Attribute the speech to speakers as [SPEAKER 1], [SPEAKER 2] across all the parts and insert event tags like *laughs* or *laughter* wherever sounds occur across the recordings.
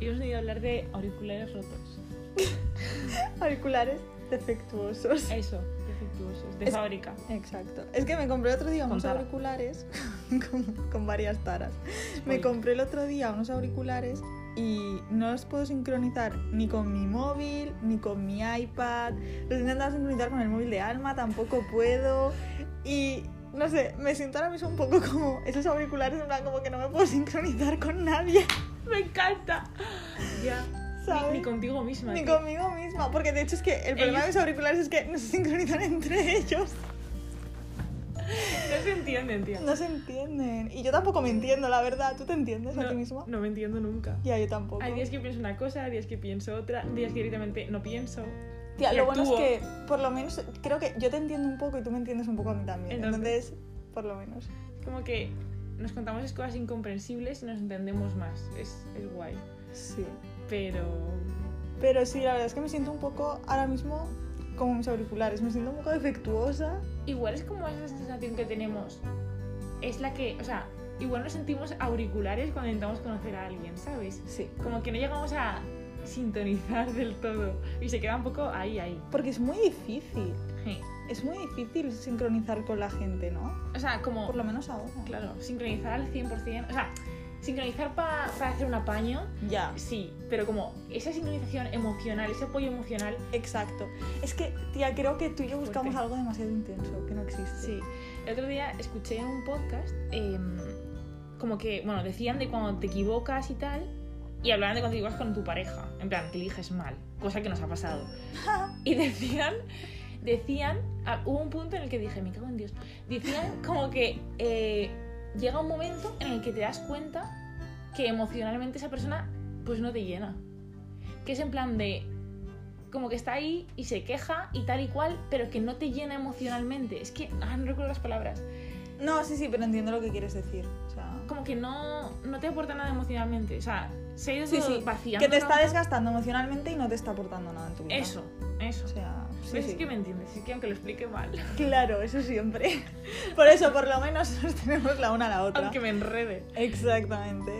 [SPEAKER 1] querido hablar de auriculares rotos.
[SPEAKER 2] *laughs* Auriculares defectuosos.
[SPEAKER 1] Eso, defectuosos, de
[SPEAKER 2] Es-
[SPEAKER 1] fábrica.
[SPEAKER 2] Exacto. Es que me compré otro día
[SPEAKER 1] Con
[SPEAKER 2] unos
[SPEAKER 1] tara.
[SPEAKER 2] auriculares *laughs* con, con varias taras. Me
[SPEAKER 1] Uy.
[SPEAKER 2] compré el otro día unos auriculares y no los puedo sincronizar ni con mi móvil, ni con mi iPad. Los he intentado sincronizar con el móvil de Alma, tampoco puedo. Y no sé, me siento ahora mismo un poco como esos auriculares, en plan, como que no me puedo sincronizar con nadie,
[SPEAKER 1] Me encanta. Ya.
[SPEAKER 2] ¿sabes?
[SPEAKER 1] Ni, ni contigo misma.
[SPEAKER 2] Ni
[SPEAKER 1] tío.
[SPEAKER 2] conmigo misma, porque de hecho es que el problema de mis auriculares es que no se sincronizan entre ellos.
[SPEAKER 1] No se entienden, tía.
[SPEAKER 2] No se entienden. Y yo tampoco me entiendo, la verdad. ¿Tú te entiendes a
[SPEAKER 1] No,
[SPEAKER 2] ti misma?
[SPEAKER 1] no me entiendo nunca.
[SPEAKER 2] Ya, yo tampoco.
[SPEAKER 1] Hay días que pienso una cosa, días que pienso otra, días que directamente no pienso.
[SPEAKER 2] Tía,
[SPEAKER 1] y
[SPEAKER 2] lo bueno es
[SPEAKER 1] actúo.
[SPEAKER 2] que, por lo menos, creo que yo te entiendo un poco y tú me entiendes un poco a mí también.
[SPEAKER 1] Entonces-
[SPEAKER 2] Entonces, por lo menos.
[SPEAKER 1] Como que nos contamos las cosas incomprensibles y nos entendemos más. Es, es guay.
[SPEAKER 2] Sí.
[SPEAKER 1] Pero.
[SPEAKER 2] Pero sí, la verdad es que me siento un poco, ahora mismo, como mis auriculares. Me siento un poco defectuosa.
[SPEAKER 1] Igual es como esa sensación que tenemos. Es la que. O sea, igual nos sentimos auriculares cuando intentamos conocer a alguien, ¿sabes?
[SPEAKER 2] Sí.
[SPEAKER 1] Como que no llegamos a sintonizar del todo. Y se queda un poco ahí, ahí.
[SPEAKER 2] Porque es muy difícil.
[SPEAKER 1] Sí.
[SPEAKER 2] Es muy difícil sincronizar con la gente, ¿no?
[SPEAKER 1] O sea, como.
[SPEAKER 2] Por lo menos ahora.
[SPEAKER 1] Claro, sincronizar al 100%. O sea, sincronizar pa- para hacer un apaño,
[SPEAKER 2] Ya.
[SPEAKER 1] sí, pero como esa sincronización emocional, ese apoyo emocional,
[SPEAKER 2] Exacto. Es que, tía, creo que tú y yo buscamos
[SPEAKER 1] Fuerte.
[SPEAKER 2] algo demasiado intenso, que no existe.
[SPEAKER 1] sí. El otro día escuché en un podcast, em, como que, bueno, decían de cuando te equivocas y tal, y hablaban de cuando te equivocas con tu pareja, en plan, que eliges mal, cosa que nos ha pasado. Y decían, decían, ah, hubo un punto en el que dije, me cago en Dios, decían como que eh, llega un momento en el que te das cuenta que emocionalmente esa persona pues no te llena. Que es en plan de, como que está ahí y se queja y tal y cual, pero que no te llena emocionalmente. Es que, ah, no recuerdo las palabras.
[SPEAKER 2] *laughs* No, sí, sí, pero entiendo lo que quieres decir. O sea,
[SPEAKER 1] Como que no, no te aporta nada emocionalmente. O sea, se ha ido
[SPEAKER 2] sí,
[SPEAKER 1] todo
[SPEAKER 2] sí,
[SPEAKER 1] vaciando
[SPEAKER 2] que te está
[SPEAKER 1] tanto.
[SPEAKER 2] desgastando emocionalmente y no te está aportando nada en tu vida.
[SPEAKER 1] Eso, eso.
[SPEAKER 2] O sea, sí,
[SPEAKER 1] Pues
[SPEAKER 2] sí.
[SPEAKER 1] es que me entiendes, es que aunque lo explique mal,
[SPEAKER 2] Claro, eso siempre. *laughs* Por eso, por lo menos, *laughs* nos tenemos la una a la otra.
[SPEAKER 1] aunque me enrede.
[SPEAKER 2] Exactamente.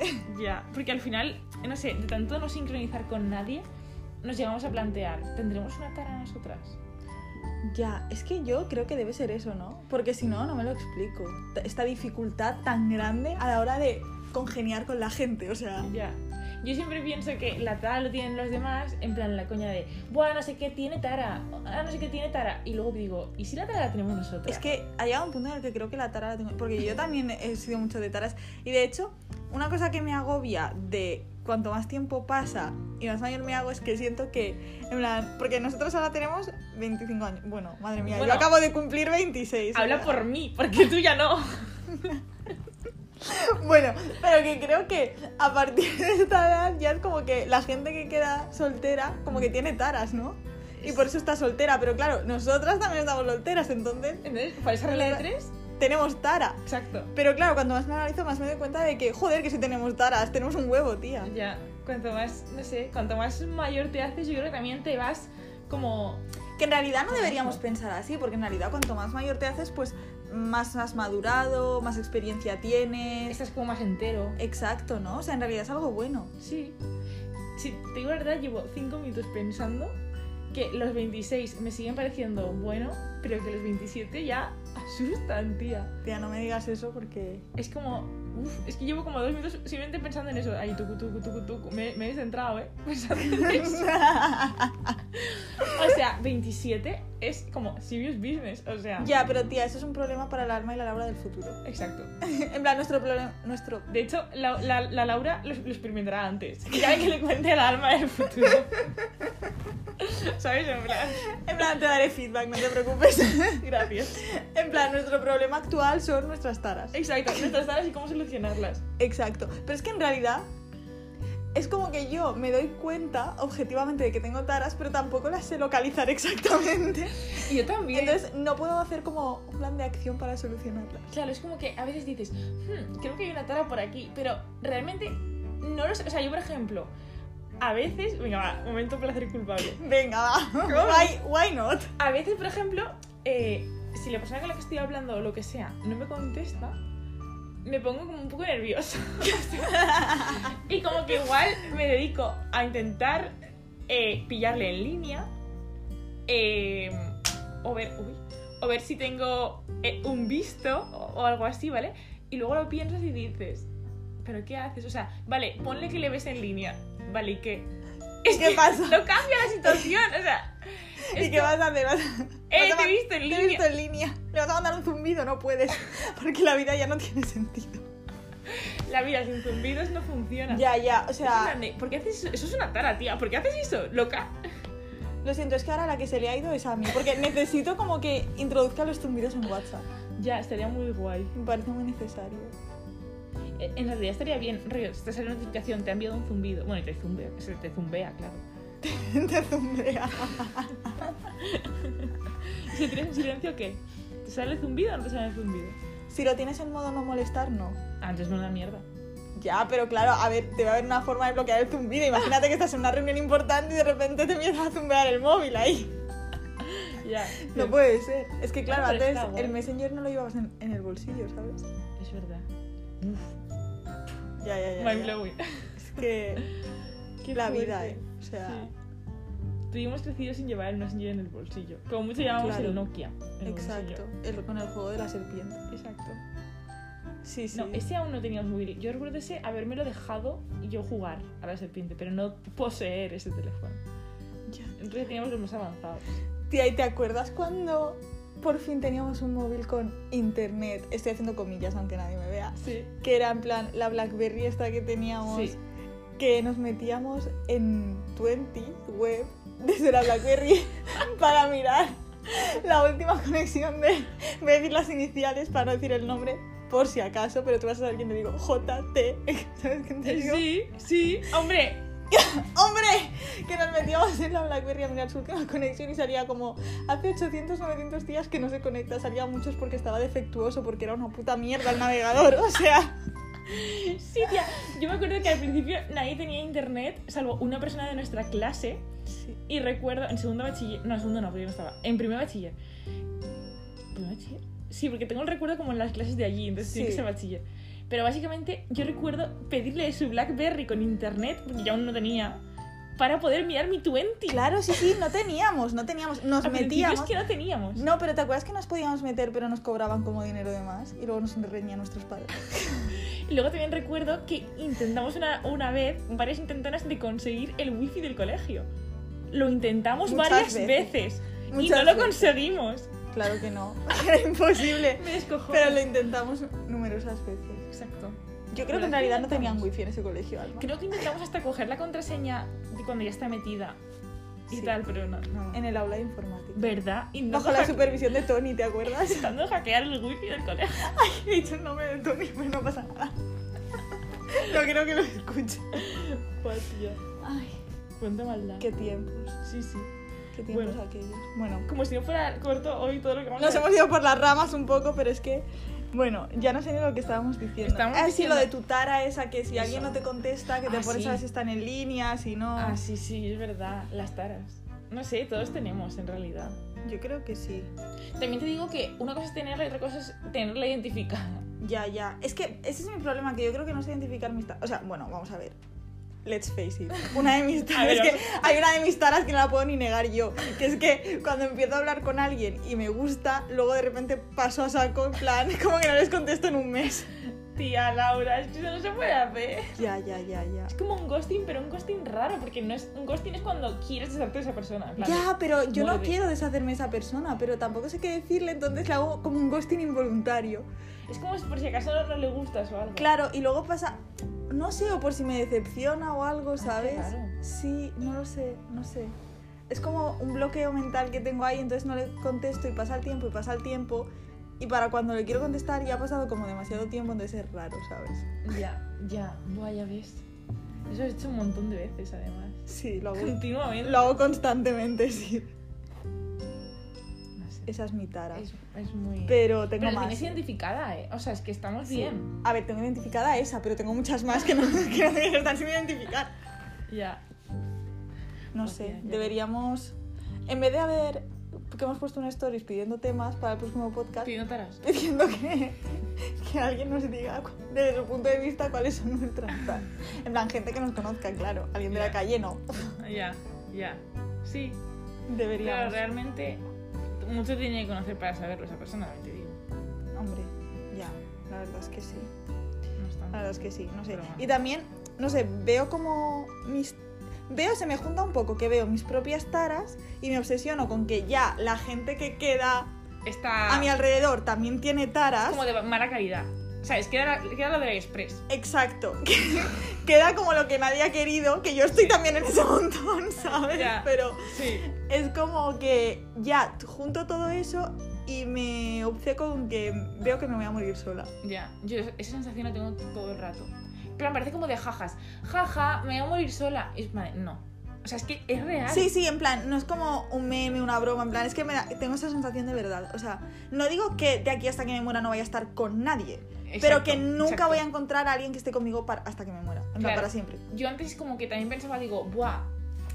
[SPEAKER 1] Ya, porque al final, no sé, de tanto no sincronizar con nadie, nos llegamos a plantear, ¿tendremos una cara nosotras?
[SPEAKER 2] Ya, es que yo creo que debe ser eso, ¿no? Porque si no, no me lo explico. T- Esta dificultad tan grande a la hora de congeniar con la gente, o sea.
[SPEAKER 1] Ya. Yo siempre pienso que la tara lo tienen los demás, en plan la coña de, bueno, no sé qué tiene tara, ah, no sé qué tiene tara. Y luego digo, ¿y si la tara la tenemos nosotros?
[SPEAKER 2] Es que ha llegado un punto en el que creo que la tara la tengo. Porque yo también he sido mucho de taras. Y de hecho, una cosa que me agobia de cuanto más tiempo pasa y más mayor me hago es que siento que. En plan, porque nosotros ahora tenemos 25 años. Bueno, madre mía,
[SPEAKER 1] Bueno.
[SPEAKER 2] yo acabo de cumplir 26. o
[SPEAKER 1] Habla
[SPEAKER 2] sea.
[SPEAKER 1] por mí, porque tú ya no.
[SPEAKER 2] *laughs* Bueno, pero que creo que a partir de esta edad ya es como que la gente que queda soltera, como que tiene taras, ¿no? Y por eso está soltera. Pero claro, nosotras también estamos solteras, entonces
[SPEAKER 1] Entonces, para esa regla de tres,
[SPEAKER 2] tenemos tara.
[SPEAKER 1] exacto.
[SPEAKER 2] Pero claro, cuanto más me analizo, más me doy cuenta de que, joder, que si tenemos taras, tenemos un huevo, tía.
[SPEAKER 1] Ya, cuanto más, no sé, cuanto más mayor te haces, yo creo que también te vas como
[SPEAKER 2] Que en realidad no deberíamos pensar así, porque en realidad cuanto más mayor te haces, pues más has madurado, más experiencia tienes.
[SPEAKER 1] estás como más entero.
[SPEAKER 2] Exacto, ¿no? O sea, en realidad es algo bueno.
[SPEAKER 1] Sí. Si te digo la verdad, llevo 5 minutos pensando que los 26 me siguen pareciendo bueno, pero que los 27 ya asustan, tía.
[SPEAKER 2] Tía, no me digas eso *laughs* porque...
[SPEAKER 1] Es como. Uf, es que llevo como 2 minutos simplemente pensando en eso. Ahí, tucu, tucu, tucu, tucu. Me, me he descentrado, ¿eh? *laughs*
[SPEAKER 2] *laughs*
[SPEAKER 1] Pensando en eso. O sea, 27 es como serious business. O sea.
[SPEAKER 2] ya, pero tía, eso es un problema para el alma y la Laura del futuro.
[SPEAKER 1] Exacto.
[SPEAKER 2] *laughs* en plan, nuestro problema... Nuestro...
[SPEAKER 1] De hecho, la, la- la Laura lo, lo experimentará antes. Y ya que le cuente el alma del futuro. *laughs* ¿Sabes? En plan.
[SPEAKER 2] En plan, te daré feedback, no te preocupes.
[SPEAKER 1] Gracias.
[SPEAKER 2] *laughs* en plan, nuestro problema actual son nuestras taras.
[SPEAKER 1] Exacto, nuestras taras y cómo solucionarlas.
[SPEAKER 2] Exacto. Pero es que en realidad es como que yo me doy cuenta objetivamente de que tengo taras, pero tampoco las sé localizar exactamente.
[SPEAKER 1] Y yo también.
[SPEAKER 2] Entonces no puedo hacer como un plan de acción para solucionarlas.
[SPEAKER 1] claro, es como que a veces dices, "Hmm, creo que hay una tara por aquí, pero realmente no lo sé. O sea, yo, por ejemplo, a veces. Venga, va, momento placer culpable.
[SPEAKER 2] Venga, va. Why, why not?
[SPEAKER 1] A veces, por ejemplo, eh, si la persona con la que estoy hablando o lo que sea no me contesta, me pongo como un poco nerviosa. *laughs* y como que igual me dedico a intentar eh, pillarle en línea eh, o, ver, uy, o ver si tengo eh, un visto o, o algo así, ¿vale? Y luego lo piensas y dices, ¿pero qué haces? O sea, vale, ponle que le ves en línea, ¿vale? ¿Y qué? Es
[SPEAKER 2] ¿Qué
[SPEAKER 1] que
[SPEAKER 2] pasa?
[SPEAKER 1] No cambia la situación, o sea.
[SPEAKER 2] *laughs* ¿Y
[SPEAKER 1] es
[SPEAKER 2] qué
[SPEAKER 1] como,
[SPEAKER 2] vas a hacer? Vas a-
[SPEAKER 1] Eh,
[SPEAKER 2] vas a
[SPEAKER 1] te he
[SPEAKER 2] ma-
[SPEAKER 1] visto en
[SPEAKER 2] te he
[SPEAKER 1] línea.
[SPEAKER 2] visto en línea. Le vas a mandar un zumbido, no puedes. *laughs* Porque la vida ya no tiene sentido.
[SPEAKER 1] La vida sin zumbidos no funciona.
[SPEAKER 2] Ya, ya, o
[SPEAKER 1] Es en plan
[SPEAKER 2] sea,
[SPEAKER 1] de, ¿Por qué haces eso? Eso es una tara, tía. ¿Por qué haces eso? ¿Loca?
[SPEAKER 2] lo siento, es que ahora la que se le ha ido es a mí. Porque necesito como que introduzca los zumbidos en WhatsApp.
[SPEAKER 1] Ya, estaría muy guay.
[SPEAKER 2] Me parece muy necesario. *laughs*
[SPEAKER 1] Eh, En realidad estaría bien, rollo, si te sale una notificación, te ha enviado un zumbido. Bueno, y te zumbea, se te zumbea, claro. *laughs*
[SPEAKER 2] Te zumbea.
[SPEAKER 1] Y Si tienes en silencio, ¿qué? ¿Te sale zumbido o no te sale zumbido?
[SPEAKER 2] Si lo tienes en modo no molestar, no.
[SPEAKER 1] Ah, entonces no es una mierda.
[SPEAKER 2] Ya, pero claro, a ver, te va a haber una forma de bloquear el zumbido. Imagínate que estás en una reunión importante y de repente te empiezas a zumbear el móvil ahí.
[SPEAKER 1] Ya.
[SPEAKER 2] No puede ser. Es que claro,
[SPEAKER 1] Claro, pero
[SPEAKER 2] antes
[SPEAKER 1] está guay.
[SPEAKER 2] el Messenger no lo llevabas en, en el bolsillo, ¿sabes?
[SPEAKER 1] Es verdad.
[SPEAKER 2] Ya, ya, ya.
[SPEAKER 1] Mind
[SPEAKER 2] ya.
[SPEAKER 1] blowing.
[SPEAKER 2] Es que
[SPEAKER 1] Qué
[SPEAKER 2] la
[SPEAKER 1] fuerte.
[SPEAKER 2] vida, ¿eh? O sea,
[SPEAKER 1] Sí. Tuvimos crecido sin llevar el Messenger en el bolsillo. Como mucho llamábamos
[SPEAKER 2] Claro.
[SPEAKER 1] el Nokia. en el
[SPEAKER 2] exacto.
[SPEAKER 1] bolsillo.
[SPEAKER 2] El- con el juego de la serpiente.
[SPEAKER 1] Exacto.
[SPEAKER 2] Sí, sí.
[SPEAKER 1] No, ese aún no teníamos móvil. Yo recuerdo ese habérmelo dejado y yo jugar a la serpiente, pero no poseer ese teléfono.
[SPEAKER 2] Ya.
[SPEAKER 1] Entonces teníamos los más avanzados.
[SPEAKER 2] Tía, ¿y te acuerdas cuando por fin teníamos un móvil con internet? Estoy haciendo comillas aunque nadie me vea.
[SPEAKER 1] Sí.
[SPEAKER 2] Que era en plan la Blackberry esta que teníamos.
[SPEAKER 1] Sí.
[SPEAKER 2] que nos metíamos en 20 web desde la BlackBerry *laughs* para mirar la última conexión de... Voy a decir las iniciales para no decir el nombre, por si acaso, pero tú vas a saber quién te digo. JT. *laughs* ¿Sabes quién te digo?
[SPEAKER 1] Sí, sí. Hombre,
[SPEAKER 2] ¡Hombre! Que nos metíamos en la BlackBerry a mirar su última conexión y salía como... Hace 800, 900 días que no se conecta. Salía muchos porque estaba defectuoso, porque era una puta mierda el navegador. *laughs* O sea...
[SPEAKER 1] sí, tía. Yo me acuerdo que al principio nadie tenía internet, salvo una persona de nuestra clase.
[SPEAKER 2] Sí.
[SPEAKER 1] Y recuerdo en segundo bachiller. No, en segundo no, porque yo no estaba. En primer bachiller. ¿Primer bachiller? Sí, porque tengo el recuerdo como en las clases de allí, entonces tiene que
[SPEAKER 2] Sí.
[SPEAKER 1] ser bachiller. Pero básicamente yo recuerdo pedirle su Blackberry con internet, porque yo aún no tenía, para poder mirar mi 20.
[SPEAKER 2] Claro, sí, sí, no teníamos, no teníamos. Nos
[SPEAKER 1] Al principio
[SPEAKER 2] metíamos...
[SPEAKER 1] es que no teníamos.
[SPEAKER 2] No, pero ¿te acuerdas que nos podíamos meter pero nos cobraban como dinero de más? Y luego nos reñían nuestros padres.
[SPEAKER 1] Y luego también recuerdo que intentamos una, una vez, varias intentonas de conseguir el wifi del colegio. Lo intentamos
[SPEAKER 2] Muchas
[SPEAKER 1] varias
[SPEAKER 2] veces.
[SPEAKER 1] veces, y
[SPEAKER 2] Muchas
[SPEAKER 1] no lo
[SPEAKER 2] veces. *laughs*
[SPEAKER 1] conseguimos.
[SPEAKER 2] Claro que no, era imposible.
[SPEAKER 1] Me descojó.
[SPEAKER 2] Pero lo intentamos numerosas veces.
[SPEAKER 1] Exacto.
[SPEAKER 2] Yo creo
[SPEAKER 1] Pero
[SPEAKER 2] que en
[SPEAKER 1] lo
[SPEAKER 2] realidad no
[SPEAKER 1] intentamos.
[SPEAKER 2] tenían wifi en ese colegio, Alma.
[SPEAKER 1] Creo que intentamos hasta coger la contraseña de cuando ya está metida y
[SPEAKER 2] Sí.
[SPEAKER 1] tal, pero no. no.
[SPEAKER 2] En el aula de informática.
[SPEAKER 1] ¿Verdad? Y no
[SPEAKER 2] Bajo la
[SPEAKER 1] hack-
[SPEAKER 2] supervisión de Tony, ¿te acuerdas? *laughs*
[SPEAKER 1] intentando hackear el wifi del colegio.
[SPEAKER 2] He dicho el nombre de Tony, pero no pasa nada. *laughs* No creo que lo escuche.
[SPEAKER 1] Joder, tío.
[SPEAKER 2] Ay,
[SPEAKER 1] Cuánta maldad.
[SPEAKER 2] Pues, qué tiempos.
[SPEAKER 1] Sí, sí.
[SPEAKER 2] Qué tiempos
[SPEAKER 1] Bueno.
[SPEAKER 2] aquellos. Bueno,
[SPEAKER 1] Como si no fuera corto hoy todo lo que vamos
[SPEAKER 2] Nos
[SPEAKER 1] a
[SPEAKER 2] hemos ido por las ramas un poco, pero es que, bueno, ya no sé ni lo que estábamos diciendo.
[SPEAKER 1] Estábamos
[SPEAKER 2] ah, sí,
[SPEAKER 1] diciendo-
[SPEAKER 2] lo de tu tara esa, que si
[SPEAKER 1] Eso.
[SPEAKER 2] alguien no te contesta, que te
[SPEAKER 1] Ah,
[SPEAKER 2] pones
[SPEAKER 1] sí.
[SPEAKER 2] a ver si están en línea, si no.
[SPEAKER 1] Ah, sí, sí, es verdad. Las taras. No sé, todos tenemos en realidad.
[SPEAKER 2] Yo creo que sí.
[SPEAKER 1] También te digo que una cosa es tenerla y otra cosa es tenerla identificada.
[SPEAKER 2] Ya, ya. Es que ese es mi problema, que yo creo que no sé identificar mis taras. O sea, bueno, vamos a ver. Let's face it. Una de
[SPEAKER 1] *laughs*
[SPEAKER 2] mis
[SPEAKER 1] A
[SPEAKER 2] taras.
[SPEAKER 1] ver,
[SPEAKER 2] es que
[SPEAKER 1] vamos
[SPEAKER 2] hay una de mis taras que no la puedo ni negar yo. Que es que cuando empiezo a hablar con alguien y me gusta, luego de repente paso a saco, en plan, *laughs* como que no les contesto en un mes.
[SPEAKER 1] Tía Laura, es que eso no se puede hacer.
[SPEAKER 2] Ya, ya, ya, ya.
[SPEAKER 1] Es como un ghosting, pero un ghosting raro, porque no es un ghosting es cuando quieres deshacerte de esa persona. en plan de-
[SPEAKER 2] Ya, pero yo no
[SPEAKER 1] Muérete.
[SPEAKER 2] quiero deshacerme de esa persona, pero tampoco sé qué decirle, entonces le hago como un ghosting involuntario.
[SPEAKER 1] Es como si por si acaso no, no le gustas o algo.
[SPEAKER 2] Claro, y luego pasa, no sé, o por si me decepciona o
[SPEAKER 1] Ah,
[SPEAKER 2] algo, ¿sabes?
[SPEAKER 1] raro.
[SPEAKER 2] Sí, no lo sé, no sé. Es como un bloqueo mental que tengo ahí, entonces no le contesto y pasa el tiempo y pasa el tiempo. Y para cuando le quiero contestar ya ha pasado como demasiado tiempo, entonces es raro, ¿sabes?
[SPEAKER 1] Ya, ya, buah, ya ves. Eso has hecho un montón de veces, además.
[SPEAKER 2] Sí, lo hago,
[SPEAKER 1] *laughs* Continuamente.
[SPEAKER 2] lo hago constantemente, sí.
[SPEAKER 1] No sé.
[SPEAKER 2] Esa es mi tara.
[SPEAKER 1] Es, es muy.
[SPEAKER 2] Pero
[SPEAKER 1] Pero
[SPEAKER 2] tengo
[SPEAKER 1] la
[SPEAKER 2] más.
[SPEAKER 1] tienes identificada, ¿eh? O sea, es que estamos
[SPEAKER 2] Sí.
[SPEAKER 1] bien.
[SPEAKER 2] A ver, tengo identificada a esa, pero tengo muchas más que no, *laughs* que no están sin identificar.
[SPEAKER 1] Ya.
[SPEAKER 2] No
[SPEAKER 1] Pues
[SPEAKER 2] sé,
[SPEAKER 1] ya, ya.
[SPEAKER 2] deberíamos. En vez de haber que hemos puesto un stories pidiendo temas para el próximo podcast,
[SPEAKER 1] Pidiendo taras.
[SPEAKER 2] pidiendo que, que alguien nos diga cu- desde su punto de vista cuáles son nuestras taras. En plan, gente que nos conozca, claro. Alguien de la
[SPEAKER 1] Ya.
[SPEAKER 2] calle no.
[SPEAKER 1] Ya, ya. Sí, claro,
[SPEAKER 2] Deberíamos.
[SPEAKER 1] realmente mucho tiene que conocer para saberlo esa persona, también te digo.
[SPEAKER 2] Hombre, ya. La verdad es que sí.
[SPEAKER 1] No es tanto.
[SPEAKER 2] La verdad es que sí, no sé.
[SPEAKER 1] Pero bueno.
[SPEAKER 2] Y también, no sé, veo como mis... Veo, se me junta un poco que veo mis propias taras y me obsesiono con que ya la gente que queda
[SPEAKER 1] Está
[SPEAKER 2] a mi alrededor también tiene taras.
[SPEAKER 1] Ah. como de mala calidad. ¿Sabes? Queda, la- queda lo del express.
[SPEAKER 2] Exacto. *laughs* queda como lo que nadie ha querido, que yo estoy también en ese montón, *laughs* ¿sabes?
[SPEAKER 1] Ya.
[SPEAKER 2] Pero
[SPEAKER 1] Sí.
[SPEAKER 2] es como que ya junto todo eso y me obceco con que veo que me voy a morir sola.
[SPEAKER 1] Ya, yo esa sensación la tengo todo el rato. Pero me parece como de jajas. Jaja, me voy a morir sola. Y es madre, no. O sea, es que es real.
[SPEAKER 2] Sí, sí, en plan, no es como un meme, una broma, en plan, es que me da- tengo esa sensación de verdad. O sea, no digo que de aquí hasta que me muera no vaya a estar con nadie,
[SPEAKER 1] Exacto,
[SPEAKER 2] pero que nunca
[SPEAKER 1] exacto.
[SPEAKER 2] voy a encontrar a alguien que esté conmigo para- hasta que me muera, en plan,
[SPEAKER 1] Claro.
[SPEAKER 2] para siempre.
[SPEAKER 1] Yo antes como que también pensaba, digo, buah,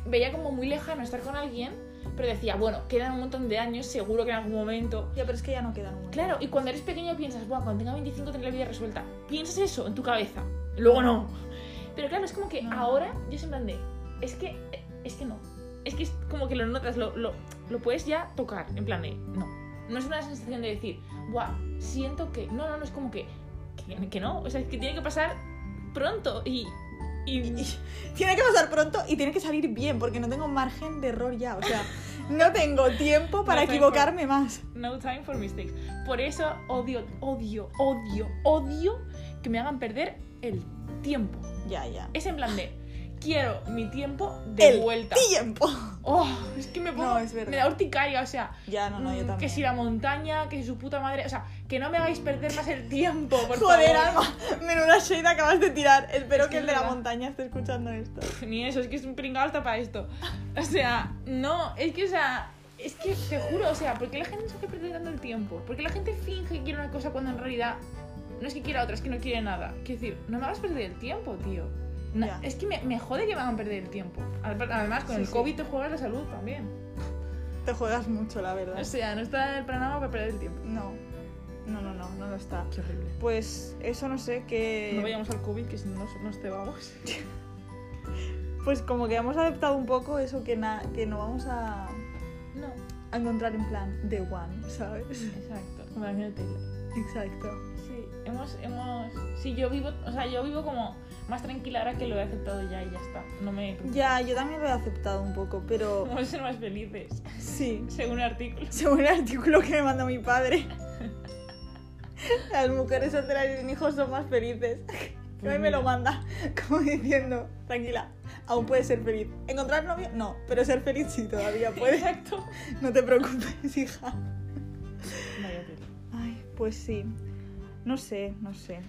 [SPEAKER 1] veía como muy lejano estar con alguien, pero decía, bueno, quedan un montón de años, seguro que en algún momento...
[SPEAKER 2] Ya, pero es que ya no queda nunca.
[SPEAKER 1] Claro, y cuando eres pequeño piensas, buah, cuando tenga 25 tendré la vida resuelta. Piensas eso en tu cabeza. Luego no. Pero claro, es como que
[SPEAKER 2] No.
[SPEAKER 1] ahora yo soy en plan de, es que, es que no. Es que es como que lo notas, lo, lo, lo puedes ya tocar, en plan de, no. No es una sensación de decir, buah, siento que... No, no, no, es como que, que, que no. O sea, es que tiene que pasar pronto y... y- *laughs*
[SPEAKER 2] Tiene que pasar pronto y tiene que salir bien, porque no tengo margen de error ya, o sea, no tengo tiempo para
[SPEAKER 1] No tengo-
[SPEAKER 2] equivocarme más.
[SPEAKER 1] No time for mistakes. Por eso odio, odio, odio, odio que me hagan perder el tiempo.
[SPEAKER 2] Ya, ya.
[SPEAKER 1] Es en plan de quiero mi tiempo de
[SPEAKER 2] El
[SPEAKER 1] vuelta.
[SPEAKER 2] Tiempo.
[SPEAKER 1] Oh, es que me pongo,
[SPEAKER 2] No, es verdad.
[SPEAKER 1] me da urticaria, o sea,
[SPEAKER 2] Ya, no, no, yo
[SPEAKER 1] mm,
[SPEAKER 2] también.
[SPEAKER 1] que si la montaña, que si su puta madre, o sea, que no me hagáis perder más el tiempo, por
[SPEAKER 2] Joder,
[SPEAKER 1] favor.
[SPEAKER 2] Alma, menuda shade acabas de tirar. Espero
[SPEAKER 1] Es que
[SPEAKER 2] que el
[SPEAKER 1] es
[SPEAKER 2] de la
[SPEAKER 1] verdad.
[SPEAKER 2] montaña esté escuchando esto.
[SPEAKER 1] *laughs* Ni eso, es que es un pringado hasta para esto. O sea, no, es que, o sea, es que te juro, o sea, ¿por qué la gente se hace perder tanto el tiempo? ¿Por qué la gente finge que quiere una cosa cuando en realidad no es que quiera otra, es que no quiere nada? Quiero decir, no me hagas perder el tiempo, tío. Na-
[SPEAKER 2] Ya.
[SPEAKER 1] es que me, me jode que me hagan perder el tiempo. Además, con
[SPEAKER 2] Sí,
[SPEAKER 1] el
[SPEAKER 2] sí.
[SPEAKER 1] COVID te juegas la salud también.
[SPEAKER 2] Te juegas mucho, la verdad.
[SPEAKER 1] O sea, no está el programa para perder el tiempo.
[SPEAKER 2] No, no, no, no, no lo está.
[SPEAKER 1] Qué horrible.
[SPEAKER 2] Pues eso no sé, que...
[SPEAKER 1] No vayamos al COVID, que si no nos, nos cebamos.
[SPEAKER 2] Pues como que hemos adaptado un poco eso que, na- que no vamos a...
[SPEAKER 1] No.
[SPEAKER 2] a encontrar en plan The One, ¿sabes? *laughs*
[SPEAKER 1] Exacto. Como la canción de Taylor.
[SPEAKER 2] Exacto.
[SPEAKER 1] Sí, hemos, hemos... Sí, yo vivo, o sea, yo vivo como más tranquila ahora que lo he aceptado ya y ya está. No me...
[SPEAKER 2] Ya, yo también lo he aceptado un poco, pero
[SPEAKER 1] *laughs* Vamos a ser más felices,
[SPEAKER 2] sí.
[SPEAKER 1] según el artículo.
[SPEAKER 2] Según el artículo que me mandó mi padre, *laughs* las mujeres solteras y sin hijos son más felices. *laughs* Y
[SPEAKER 1] Pues
[SPEAKER 2] a mí me lo manda, *laughs* como diciendo, tranquila, aún puedes ser feliz. ¿Encontrar novio? No, pero ser feliz sí todavía puedes.
[SPEAKER 1] *laughs* Exacto.
[SPEAKER 2] No te preocupes, hija.
[SPEAKER 1] Vaya tela.
[SPEAKER 2] Ay, pues sí. No sé, no sé.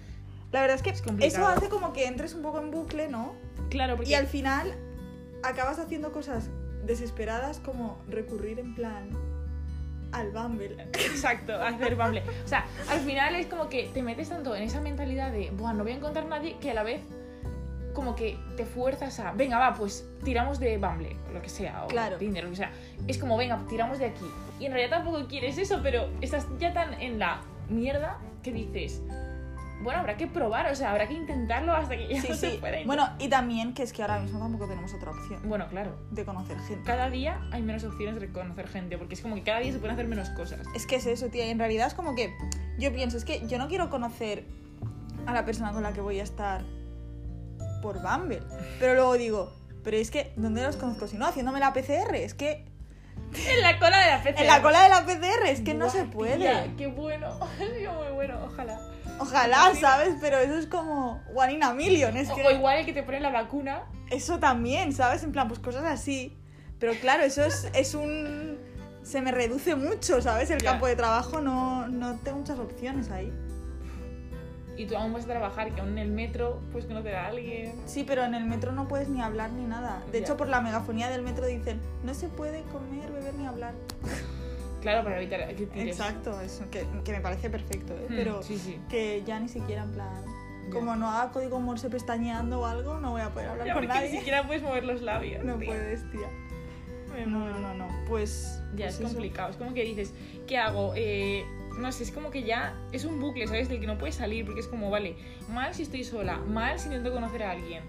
[SPEAKER 2] La verdad es que
[SPEAKER 1] Es
[SPEAKER 2] eso
[SPEAKER 1] complicado.
[SPEAKER 2] hace como que entres un poco en bucle, ¿no?
[SPEAKER 1] Claro, porque...
[SPEAKER 2] Y al final acabas haciendo cosas desesperadas como recurrir en plan al Bumble.
[SPEAKER 1] Exacto, hacer bumble. O sea, al final es como que te metes tanto en esa mentalidad de, bueno, no voy a encontrar a nadie, que a la vez como que te fuerzas a, venga, va, pues tiramos de bumble, o lo que sea, o
[SPEAKER 2] Claro.
[SPEAKER 1] Tinder, lo que sea. Es como, venga, tiramos de aquí. Y en realidad tampoco quieres eso, pero estás ya tan en la mierda que dices, bueno, habrá que probar, o sea, habrá que intentarlo hasta que ya
[SPEAKER 2] Sí, *laughs*
[SPEAKER 1] no se
[SPEAKER 2] sí.
[SPEAKER 1] pueda. intentar".
[SPEAKER 2] Bueno, y también que es que ahora mismo tampoco tenemos otra opción
[SPEAKER 1] bueno, claro.
[SPEAKER 2] de conocer gente.
[SPEAKER 1] Cada día hay menos opciones de conocer gente, porque es como que cada día se pueden hacer menos cosas.
[SPEAKER 2] Es que es eso, tía. Y en realidad es como que yo pienso, es que yo no quiero conocer a la persona con la que voy a estar por Bumble. Pero luego digo, pero es que, ¿dónde los conozco? Si no, haciéndome la PCR. Es que
[SPEAKER 1] En la cola de la PC.
[SPEAKER 2] en la cola de la PCR, es que no se puede.
[SPEAKER 1] qué bueno. *laughs* Ha sido muy bueno, ojalá.
[SPEAKER 2] Ojalá, ¿sabes? Pero eso es como one in a million. Es
[SPEAKER 1] O,
[SPEAKER 2] que
[SPEAKER 1] o igual el que te pone la vacuna.
[SPEAKER 2] eso también, ¿sabes? En plan, pues cosas así. Pero claro, eso es, es un... Se me reduce mucho, ¿sabes? El
[SPEAKER 1] Ya.
[SPEAKER 2] campo de trabajo no, no tengo muchas opciones ahí.
[SPEAKER 1] Y tú aún vas a trabajar, que aún en el metro puedes conocer a alguien.
[SPEAKER 2] Sí, pero en el metro no puedes ni hablar ni nada. De
[SPEAKER 1] Ya.
[SPEAKER 2] hecho, por la megafonía del metro dicen, no se puede comer, beber ni hablar.
[SPEAKER 1] Claro, para evitar que tires.
[SPEAKER 2] Exacto, eso, que, que me parece perfecto, ¿eh?
[SPEAKER 1] Hmm,
[SPEAKER 2] pero
[SPEAKER 1] Sí, sí.
[SPEAKER 2] que ya ni siquiera en plan...
[SPEAKER 1] Ya.
[SPEAKER 2] Como no haga código morse pestañeando o algo, no voy a poder hablar
[SPEAKER 1] Ya,
[SPEAKER 2] con
[SPEAKER 1] porque ni
[SPEAKER 2] nadie.
[SPEAKER 1] siquiera puedes mover los
[SPEAKER 2] *laughs*
[SPEAKER 1] labios.
[SPEAKER 2] No
[SPEAKER 1] tío.
[SPEAKER 2] puedes, tía.
[SPEAKER 1] Me
[SPEAKER 2] No,
[SPEAKER 1] muero.
[SPEAKER 2] no, no, no. Pues.
[SPEAKER 1] Ya,
[SPEAKER 2] pues
[SPEAKER 1] es
[SPEAKER 2] eso.
[SPEAKER 1] complicado. Es como que dices, ¿qué hago? Eh, no sé, es como que ya es un bucle, ¿sabes? Del que no puedes salir, porque es como, vale, mal si estoy sola, mal si intento conocer a alguien.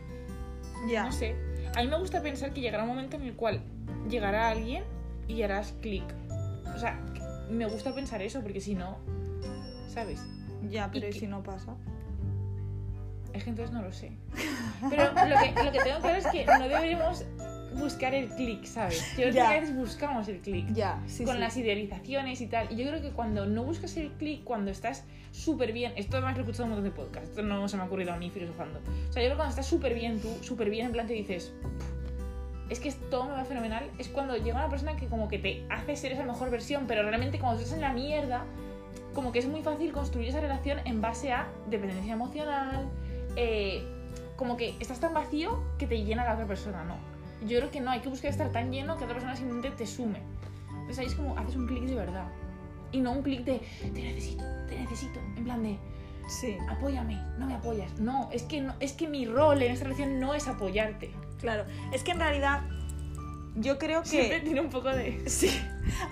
[SPEAKER 2] Ya.
[SPEAKER 1] No sé. A mí me gusta pensar que llegará un momento en el cual llegará alguien y harás clic. O sea, me gusta pensar eso, porque si no, ¿sabes?
[SPEAKER 2] Ya, pero
[SPEAKER 1] ¿Y
[SPEAKER 2] ¿y
[SPEAKER 1] qué-
[SPEAKER 2] si no pasa?
[SPEAKER 1] Es que entonces no lo sé. Pero lo que, lo que tengo claro es que no deberíamos buscar el clic, ¿sabes? Yo creo que
[SPEAKER 2] Ya.
[SPEAKER 1] a veces buscamos el clic.
[SPEAKER 2] Ya, sí,
[SPEAKER 1] con
[SPEAKER 2] sí.
[SPEAKER 1] las idealizaciones y tal. Y yo creo que cuando no buscas el clic, cuando estás súper bien, esto además lo he escuchado en un montón de podcasts, esto no se me ha ocurrido a mí filosofando. O sea, yo creo que cuando estás súper bien tú, súper bien, en plan te dices, "Pff, es que es- todo me va fenomenal, es cuando llega una persona que como que te hace ser esa mejor versión, pero realmente cuando tú estás en la mierda, como que es muy fácil construir esa relación en base a dependencia emocional, eh, como que estás tan vacío que te llena la otra persona, ¿no? Yo creo que no, hay que buscar estar tan lleno que otra persona simplemente te sume. Entonces ahí es como haces un clic de verdad. Y no un clic de te necesito, te necesito. En plan de
[SPEAKER 2] Sí,
[SPEAKER 1] apóyame, no me apoyas. No, es que, no, es que mi rol en esta relación no es apoyarte.
[SPEAKER 2] claro. Es que en realidad. Yo creo que.
[SPEAKER 1] Siempre tiene un poco de.
[SPEAKER 2] Sí.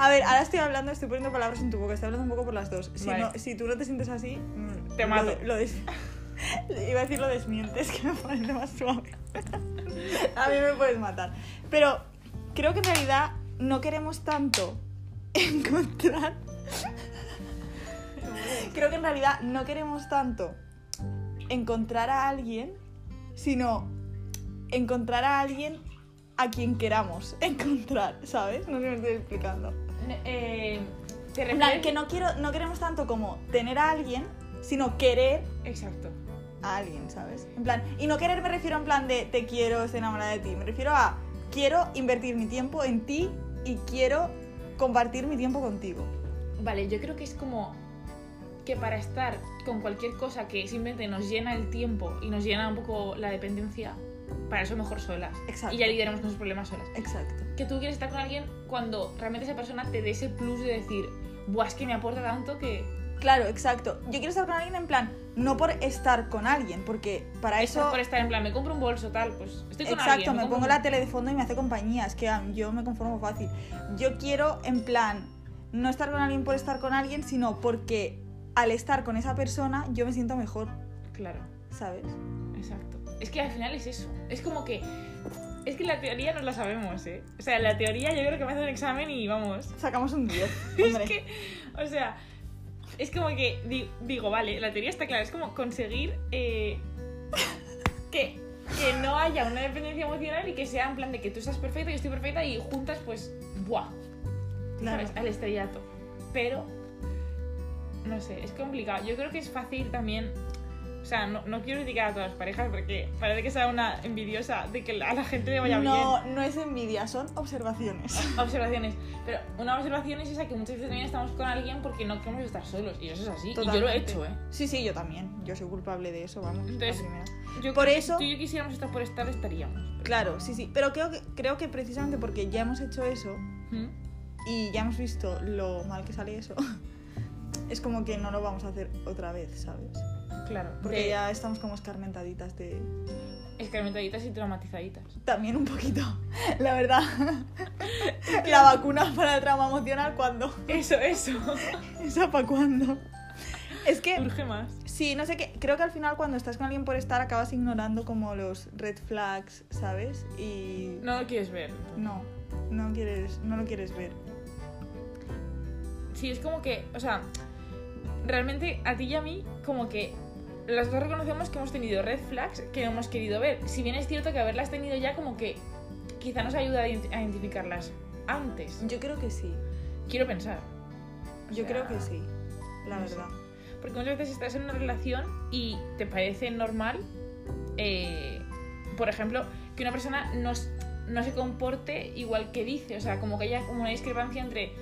[SPEAKER 2] A ver, ahora estoy hablando, estoy poniendo palabras en tu boca, estoy hablando un poco por las dos. Si,
[SPEAKER 1] Vale.
[SPEAKER 2] no- si tú no te sientes así, mm,
[SPEAKER 1] Te
[SPEAKER 2] lo
[SPEAKER 1] mato.
[SPEAKER 2] de- Lo, des- *laughs* Iba a decir lo desmientes, que me parece más suave. *laughs* A mí me puedes matar. Pero creo que en realidad no queremos tanto encontrar. Creo que en realidad no queremos tanto encontrar a alguien, sino encontrar a alguien a quien queramos *laughs* encontrar, ¿sabes? No sé si me estoy explicando.
[SPEAKER 1] Eh, te
[SPEAKER 2] En plan,
[SPEAKER 1] refieres-
[SPEAKER 2] que no, quiero, no queremos tanto como tener a alguien, sino querer
[SPEAKER 1] Exacto.
[SPEAKER 2] a alguien, ¿sabes? En plan, y no querer me refiero en plan de te quiero, estoy enamorada de ti. Me refiero a quiero invertir mi tiempo en ti y quiero compartir mi tiempo contigo.
[SPEAKER 1] Vale, yo creo que es como que para estar con cualquier cosa que simplemente nos llena el tiempo y nos llena un poco la dependencia, para eso mejor solas.
[SPEAKER 2] Exacto.
[SPEAKER 1] Y ya lideramos nuestros problemas solas.
[SPEAKER 2] Exacto.
[SPEAKER 1] que tú quieres estar con alguien cuando realmente esa persona te dé ese plus de decir, buah, es que me aporta tanto que...
[SPEAKER 2] Claro, exacto. Yo quiero estar con alguien en plan, no por estar con alguien, porque para
[SPEAKER 1] Eso...
[SPEAKER 2] eso...
[SPEAKER 1] por estar en plan, me compro un bolso, tal, pues estoy con
[SPEAKER 2] Exacto,
[SPEAKER 1] alguien.
[SPEAKER 2] me
[SPEAKER 1] compro
[SPEAKER 2] pongo
[SPEAKER 1] un-
[SPEAKER 2] la tele de fondo y me hace compañía. Es que ah, yo me conformo fácil. Yo quiero, en plan, no estar con alguien por estar con alguien, sino porque al estar con esa persona yo me siento mejor,
[SPEAKER 1] Claro,
[SPEAKER 2] ¿sabes?
[SPEAKER 1] exacto. Es que al final es eso. Es como que... Es que la teoría no la sabemos, ¿eh? O sea, la teoría yo creo que me hace un examen y vamos.
[SPEAKER 2] Sacamos un 10.
[SPEAKER 1] *laughs* Es
[SPEAKER 2] hombre.
[SPEAKER 1] que, o sea, es como que di- digo, vale, la teoría está clara, es como conseguir eh, que, que no haya una dependencia emocional y que sea en plan de que tú estás perfecta, yo estoy perfecta y juntas, pues, ¡buah!
[SPEAKER 2] Claro.
[SPEAKER 1] ¿sabes? Al estrellato. Pero, no sé, es complicado. Yo creo que es fácil también. O sea, no, no quiero criticar a todas las parejas porque parece que sea una envidiosa de que a la gente le vaya bien
[SPEAKER 2] No, no es envidia, son observaciones.
[SPEAKER 1] *laughs* observaciones. Pero una observación es esa que muchas veces también estamos con alguien porque no queremos estar solos. Y eso es así. Y yo lo he
[SPEAKER 2] Totalmente.
[SPEAKER 1] hecho, ¿eh?
[SPEAKER 2] Sí, sí, yo también. Yo soy culpable de eso, vamos. la
[SPEAKER 1] Entonces-
[SPEAKER 2] primera.
[SPEAKER 1] Yo
[SPEAKER 2] Por
[SPEAKER 1] creo que
[SPEAKER 2] eso-
[SPEAKER 1] Si tú y yo quisiéramos estar por estar, estaríamos.
[SPEAKER 2] Claro, sí, sí. Pero creo que, creo que precisamente porque ya hemos hecho eso
[SPEAKER 1] ¿Mm?
[SPEAKER 2] y ya hemos visto lo mal que sale eso, *laughs* es como que no lo vamos a hacer otra vez, ¿sabes?
[SPEAKER 1] Claro.
[SPEAKER 2] Porque
[SPEAKER 1] de
[SPEAKER 2] ya estamos como escarmentaditas de...
[SPEAKER 1] Escarmentaditas y traumatizaditas.
[SPEAKER 2] También un poquito, *laughs* la verdad. la vacuna para el trauma emocional, ¿cuándo? *laughs*
[SPEAKER 1] Eso, eso.
[SPEAKER 2] ¿Esa para cuándo? Es que,
[SPEAKER 1] Urge más.
[SPEAKER 2] sí, no sé qué, creo que al final cuando estás con alguien por estar acabas ignorando como los red flags, ¿sabes? Y...
[SPEAKER 1] No lo quieres ver.
[SPEAKER 2] No, no, quieres, no lo quieres ver.
[SPEAKER 1] Sí, es como que, o sea, realmente a ti y a mí, como que las dos reconocemos que hemos tenido red flags que no hemos querido ver. Si bien es cierto que haberlas tenido ya, como que quizá nos ayuda a ident- a identificarlas antes.
[SPEAKER 2] Yo creo que sí,
[SPEAKER 1] Quiero pensar.
[SPEAKER 2] yo
[SPEAKER 1] O sea,
[SPEAKER 2] creo que sí, la
[SPEAKER 1] no sé.
[SPEAKER 2] verdad.
[SPEAKER 1] Porque muchas veces estás en una relación y te parece normal, eh, por ejemplo, que una persona no, s- no se comporte igual que dice. O sea, como que haya como una discrepancia entre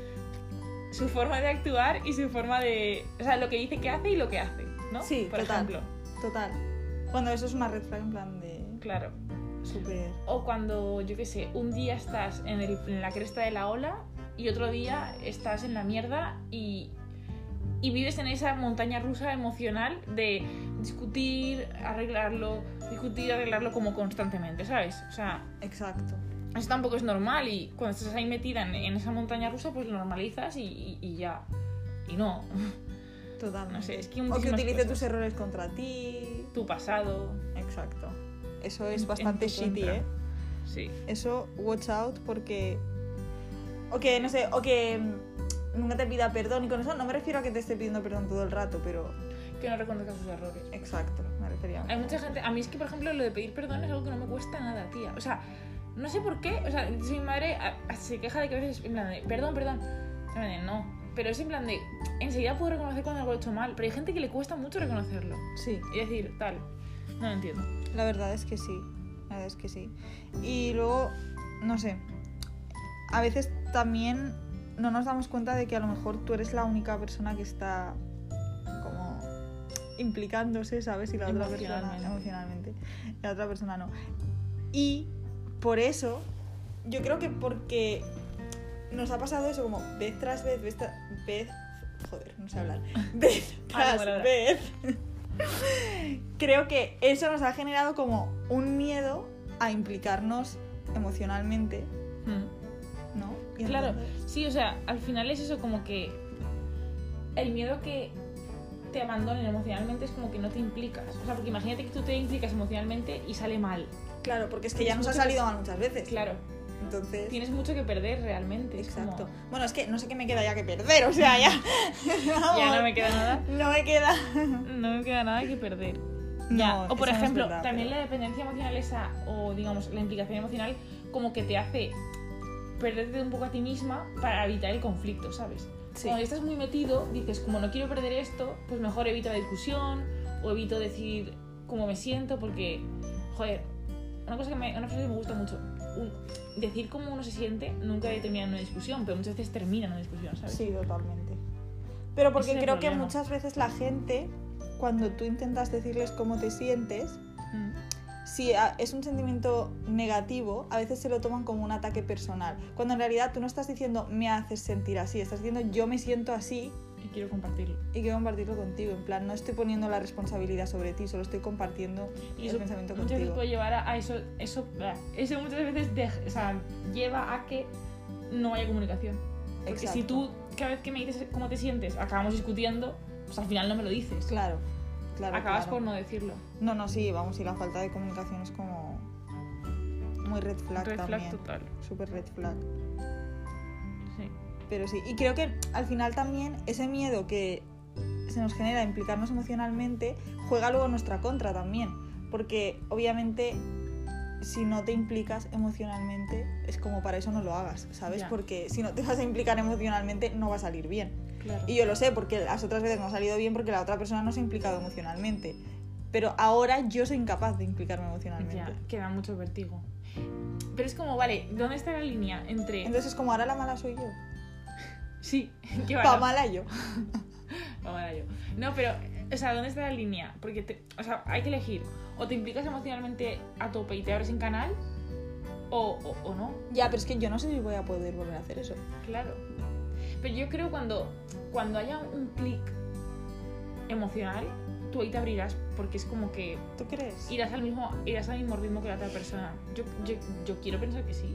[SPEAKER 1] su forma de actuar y su forma de... O sea, lo que dice que hace y lo que hace, ¿no?
[SPEAKER 2] Sí,
[SPEAKER 1] por
[SPEAKER 2] total.
[SPEAKER 1] ejemplo.
[SPEAKER 2] Total. Cuando eso es una red flag en plan de...
[SPEAKER 1] Claro.
[SPEAKER 2] Súper...
[SPEAKER 1] O cuando, yo qué sé, un día estás en, el- en la cresta de la ola y otro día estás en la mierda y, y vives en esa montaña rusa emocional de discutir, arreglarlo, discutir, arreglarlo como constantemente, ¿sabes? O sea,
[SPEAKER 2] Exacto.
[SPEAKER 1] eso tampoco es normal y cuando estás ahí metida en, en esa montaña rusa, pues lo normalizas y, y- y ya. Y no, *laughs*
[SPEAKER 2] Totalmente.
[SPEAKER 1] No sé, es que
[SPEAKER 2] o que
[SPEAKER 1] muchísimas
[SPEAKER 2] utilice
[SPEAKER 1] cosas.
[SPEAKER 2] tus errores contra ti.
[SPEAKER 1] tu pasado,
[SPEAKER 2] Exacto. Eso
[SPEAKER 1] En-
[SPEAKER 2] es
[SPEAKER 1] en
[SPEAKER 2] bastante
[SPEAKER 1] tu
[SPEAKER 2] shitty,
[SPEAKER 1] contra.
[SPEAKER 2] ¿eh?
[SPEAKER 1] sí.
[SPEAKER 2] Eso, watch out, porque. O que, no sé, o que mm, nunca te pida perdón. Y con eso no me refiero a que te esté pidiendo perdón todo el rato, pero.
[SPEAKER 1] Que no reconozca sus errores.
[SPEAKER 2] Exacto, me refería.
[SPEAKER 1] Hay mucha gente, a mí es que por ejemplo lo de pedir perdón es algo que no me cuesta nada, tía. O sea, no sé por qué, o sea, si mi madre a- a- se queja de que a veces en plan de, perdón, perdón, en plan de, no, pero es en plan de, enseguida puedo reconocer cuando algo he hecho mal, pero hay gente que le cuesta mucho reconocerlo
[SPEAKER 2] Sí,
[SPEAKER 1] y decir, tal, no lo entiendo.
[SPEAKER 2] la verdad es que sí. La verdad es que sí. Y luego, no sé. A veces también no nos damos cuenta de que a lo mejor tú eres la única persona que está como implicándose, ¿sabes? Y la otra persona
[SPEAKER 1] Emocionalmente.
[SPEAKER 2] emocionalmente. y La otra persona no. Y por eso, yo creo que porque nos ha pasado eso como vez tras vez, vez tras vez, joder, no sé hablar, vez
[SPEAKER 1] *laughs* Ah,
[SPEAKER 2] tras
[SPEAKER 1] no, vale, vale.
[SPEAKER 2] vez, *laughs* creo que eso nos ha generado como un miedo a implicarnos emocionalmente,
[SPEAKER 1] Mm.
[SPEAKER 2] ¿no? Y
[SPEAKER 1] Claro,
[SPEAKER 2] entonces-
[SPEAKER 1] sí, o sea, al final es eso como que el miedo que te abandonen emocionalmente es como que no te implicas. O sea, porque imagínate que tú te implicas emocionalmente y sale mal.
[SPEAKER 2] claro, porque es que ya nos ha
[SPEAKER 1] Muchas-
[SPEAKER 2] salido mal muchas veces.
[SPEAKER 1] Claro,
[SPEAKER 2] Entonces...
[SPEAKER 1] tienes mucho que perder realmente. es como-
[SPEAKER 2] Exacto. Bueno, es que no sé qué me queda ya que perder, o sea,
[SPEAKER 1] *laughs*
[SPEAKER 2] ya... *laughs*
[SPEAKER 1] Ya no
[SPEAKER 2] vamos,
[SPEAKER 1] me queda nada.
[SPEAKER 2] No me queda...
[SPEAKER 1] No me queda nada que perder.
[SPEAKER 2] No,
[SPEAKER 1] Ya. o
[SPEAKER 2] eso
[SPEAKER 1] por
[SPEAKER 2] no es
[SPEAKER 1] ejemplo,
[SPEAKER 2] verdad,
[SPEAKER 1] también
[SPEAKER 2] pero-
[SPEAKER 1] la dependencia emocional esa, o digamos, la implicación emocional, como que te hace perderte un poco a ti misma para evitar el conflicto, ¿sabes?
[SPEAKER 2] Sí.
[SPEAKER 1] Cuando estás muy metido, dices, como no quiero perder esto, pues mejor evito la discusión o evito decir cómo me siento, porque, joder, una cosa que me, una frase que me gusta mucho, un- decir cómo uno se siente nunca determina en una discusión, pero muchas veces termina en una discusión, ¿sabes?
[SPEAKER 2] Sí, totalmente. Pero porque
[SPEAKER 1] Ese es el
[SPEAKER 2] creo que
[SPEAKER 1] problema.
[SPEAKER 2] muchas veces la gente, cuando tú intentas decirles cómo te sientes,
[SPEAKER 1] Mm.
[SPEAKER 2] si a- es un sentimiento negativo, a veces se lo toman como un ataque personal. Cuando en realidad tú no estás diciendo me haces sentir así, estás diciendo yo me siento así
[SPEAKER 1] Y quiero compartirlo.
[SPEAKER 2] y quiero compartirlo contigo. En plan, no estoy poniendo la responsabilidad sobre ti, solo estoy compartiendo
[SPEAKER 1] Y
[SPEAKER 2] el
[SPEAKER 1] eso
[SPEAKER 2] pensamiento
[SPEAKER 1] muchas veces
[SPEAKER 2] contigo.
[SPEAKER 1] puede llevar a, a eso, eso, ah, eso muchas veces dej- o sea, lleva a que no haya comunicación. Porque si
[SPEAKER 2] Exacto.
[SPEAKER 1] tú cada vez que me dices cómo te sientes acabamos discutiendo, pues al final no me lo dices.
[SPEAKER 2] Claro, claro.
[SPEAKER 1] Acabas
[SPEAKER 2] claro.
[SPEAKER 1] por no decirlo.
[SPEAKER 2] No, no, sí, vamos, y la falta de comunicación es como muy red flag
[SPEAKER 1] Red flag
[SPEAKER 2] también.
[SPEAKER 1] total.
[SPEAKER 2] Súper red flag.
[SPEAKER 1] Sí.
[SPEAKER 2] Pero sí, y creo que al final también ese miedo que se nos genera a implicarnos emocionalmente juega luego en nuestra contra también. Porque obviamente si no te implicas emocionalmente es como para eso no lo hagas, ¿sabes?
[SPEAKER 1] Ya.
[SPEAKER 2] Porque si no te vas a implicar emocionalmente no va a salir bien.
[SPEAKER 1] Claro.
[SPEAKER 2] Y yo lo sé porque las otras veces no ha salido bien porque la otra persona no se ha implicado emocionalmente. Pero ahora yo soy incapaz de implicarme emocionalmente.
[SPEAKER 1] ya, que da mucho vértigo. Pero es como, vale, ¿dónde está la línea entre...
[SPEAKER 2] Entonces como ahora la mala soy yo.
[SPEAKER 1] sí, *laughs* que va.
[SPEAKER 2] Pa' mala yo.
[SPEAKER 1] Ahora yo. No, pero, o sea, ¿dónde está la línea? Porque, te- o sea, hay que elegir. O te implicas emocionalmente a tope y te abres en canal, o, o- o no,
[SPEAKER 2] Ya, pero es que yo no sé si voy a poder volver a hacer eso.
[SPEAKER 1] claro. Pero yo creo cuando, cuando haya un clic emocional, tú ahí te abrirás, porque es como que
[SPEAKER 2] ¿Tú crees?
[SPEAKER 1] irás al mismo, irás al mismo ritmo que la otra persona. Yo, yo, yo quiero pensar que sí.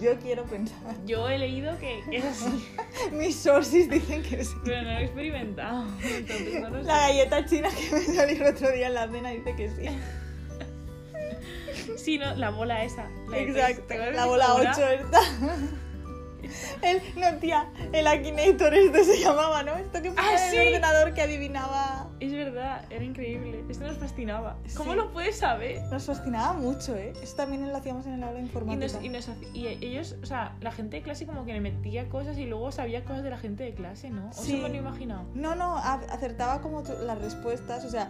[SPEAKER 2] Yo quiero pensar. *laughs*
[SPEAKER 1] Yo he leído que es así,
[SPEAKER 2] Mis sources dicen que sí.
[SPEAKER 1] pero no lo he experimentado.
[SPEAKER 2] *laughs*
[SPEAKER 1] Entonces, no lo
[SPEAKER 2] La
[SPEAKER 1] sé.
[SPEAKER 2] galleta china que me salió el otro día en la cena dice que sí.
[SPEAKER 1] Sí, no, la bola esa. la de tres. ¿Te
[SPEAKER 2] Exacto.
[SPEAKER 1] acuerdas
[SPEAKER 2] La
[SPEAKER 1] de
[SPEAKER 2] bola
[SPEAKER 1] Cobra?
[SPEAKER 2] 8, ¿verdad? *laughs* El, no, tía, el Akinator este se llamaba, ¿no? Esto que ponía
[SPEAKER 1] Ah,
[SPEAKER 2] en
[SPEAKER 1] sí.
[SPEAKER 2] el ordenador que adivinaba.
[SPEAKER 1] Es verdad, era increíble. Esto nos fascinaba. ¿Cómo
[SPEAKER 2] Sí.
[SPEAKER 1] lo puedes saber?
[SPEAKER 2] Nos fascinaba mucho, ¿eh? Eso también lo hacíamos en el aula de
[SPEAKER 1] Y,
[SPEAKER 2] informática.
[SPEAKER 1] nos- y nos hac- y ellos, o sea, la gente de clase como que le metía cosas y luego sabía cosas de la gente de clase, ¿no? O
[SPEAKER 2] Sí.
[SPEAKER 1] Eso me lo he imaginado.
[SPEAKER 2] No, no, a- acertaba como tu- las respuestas, o sea,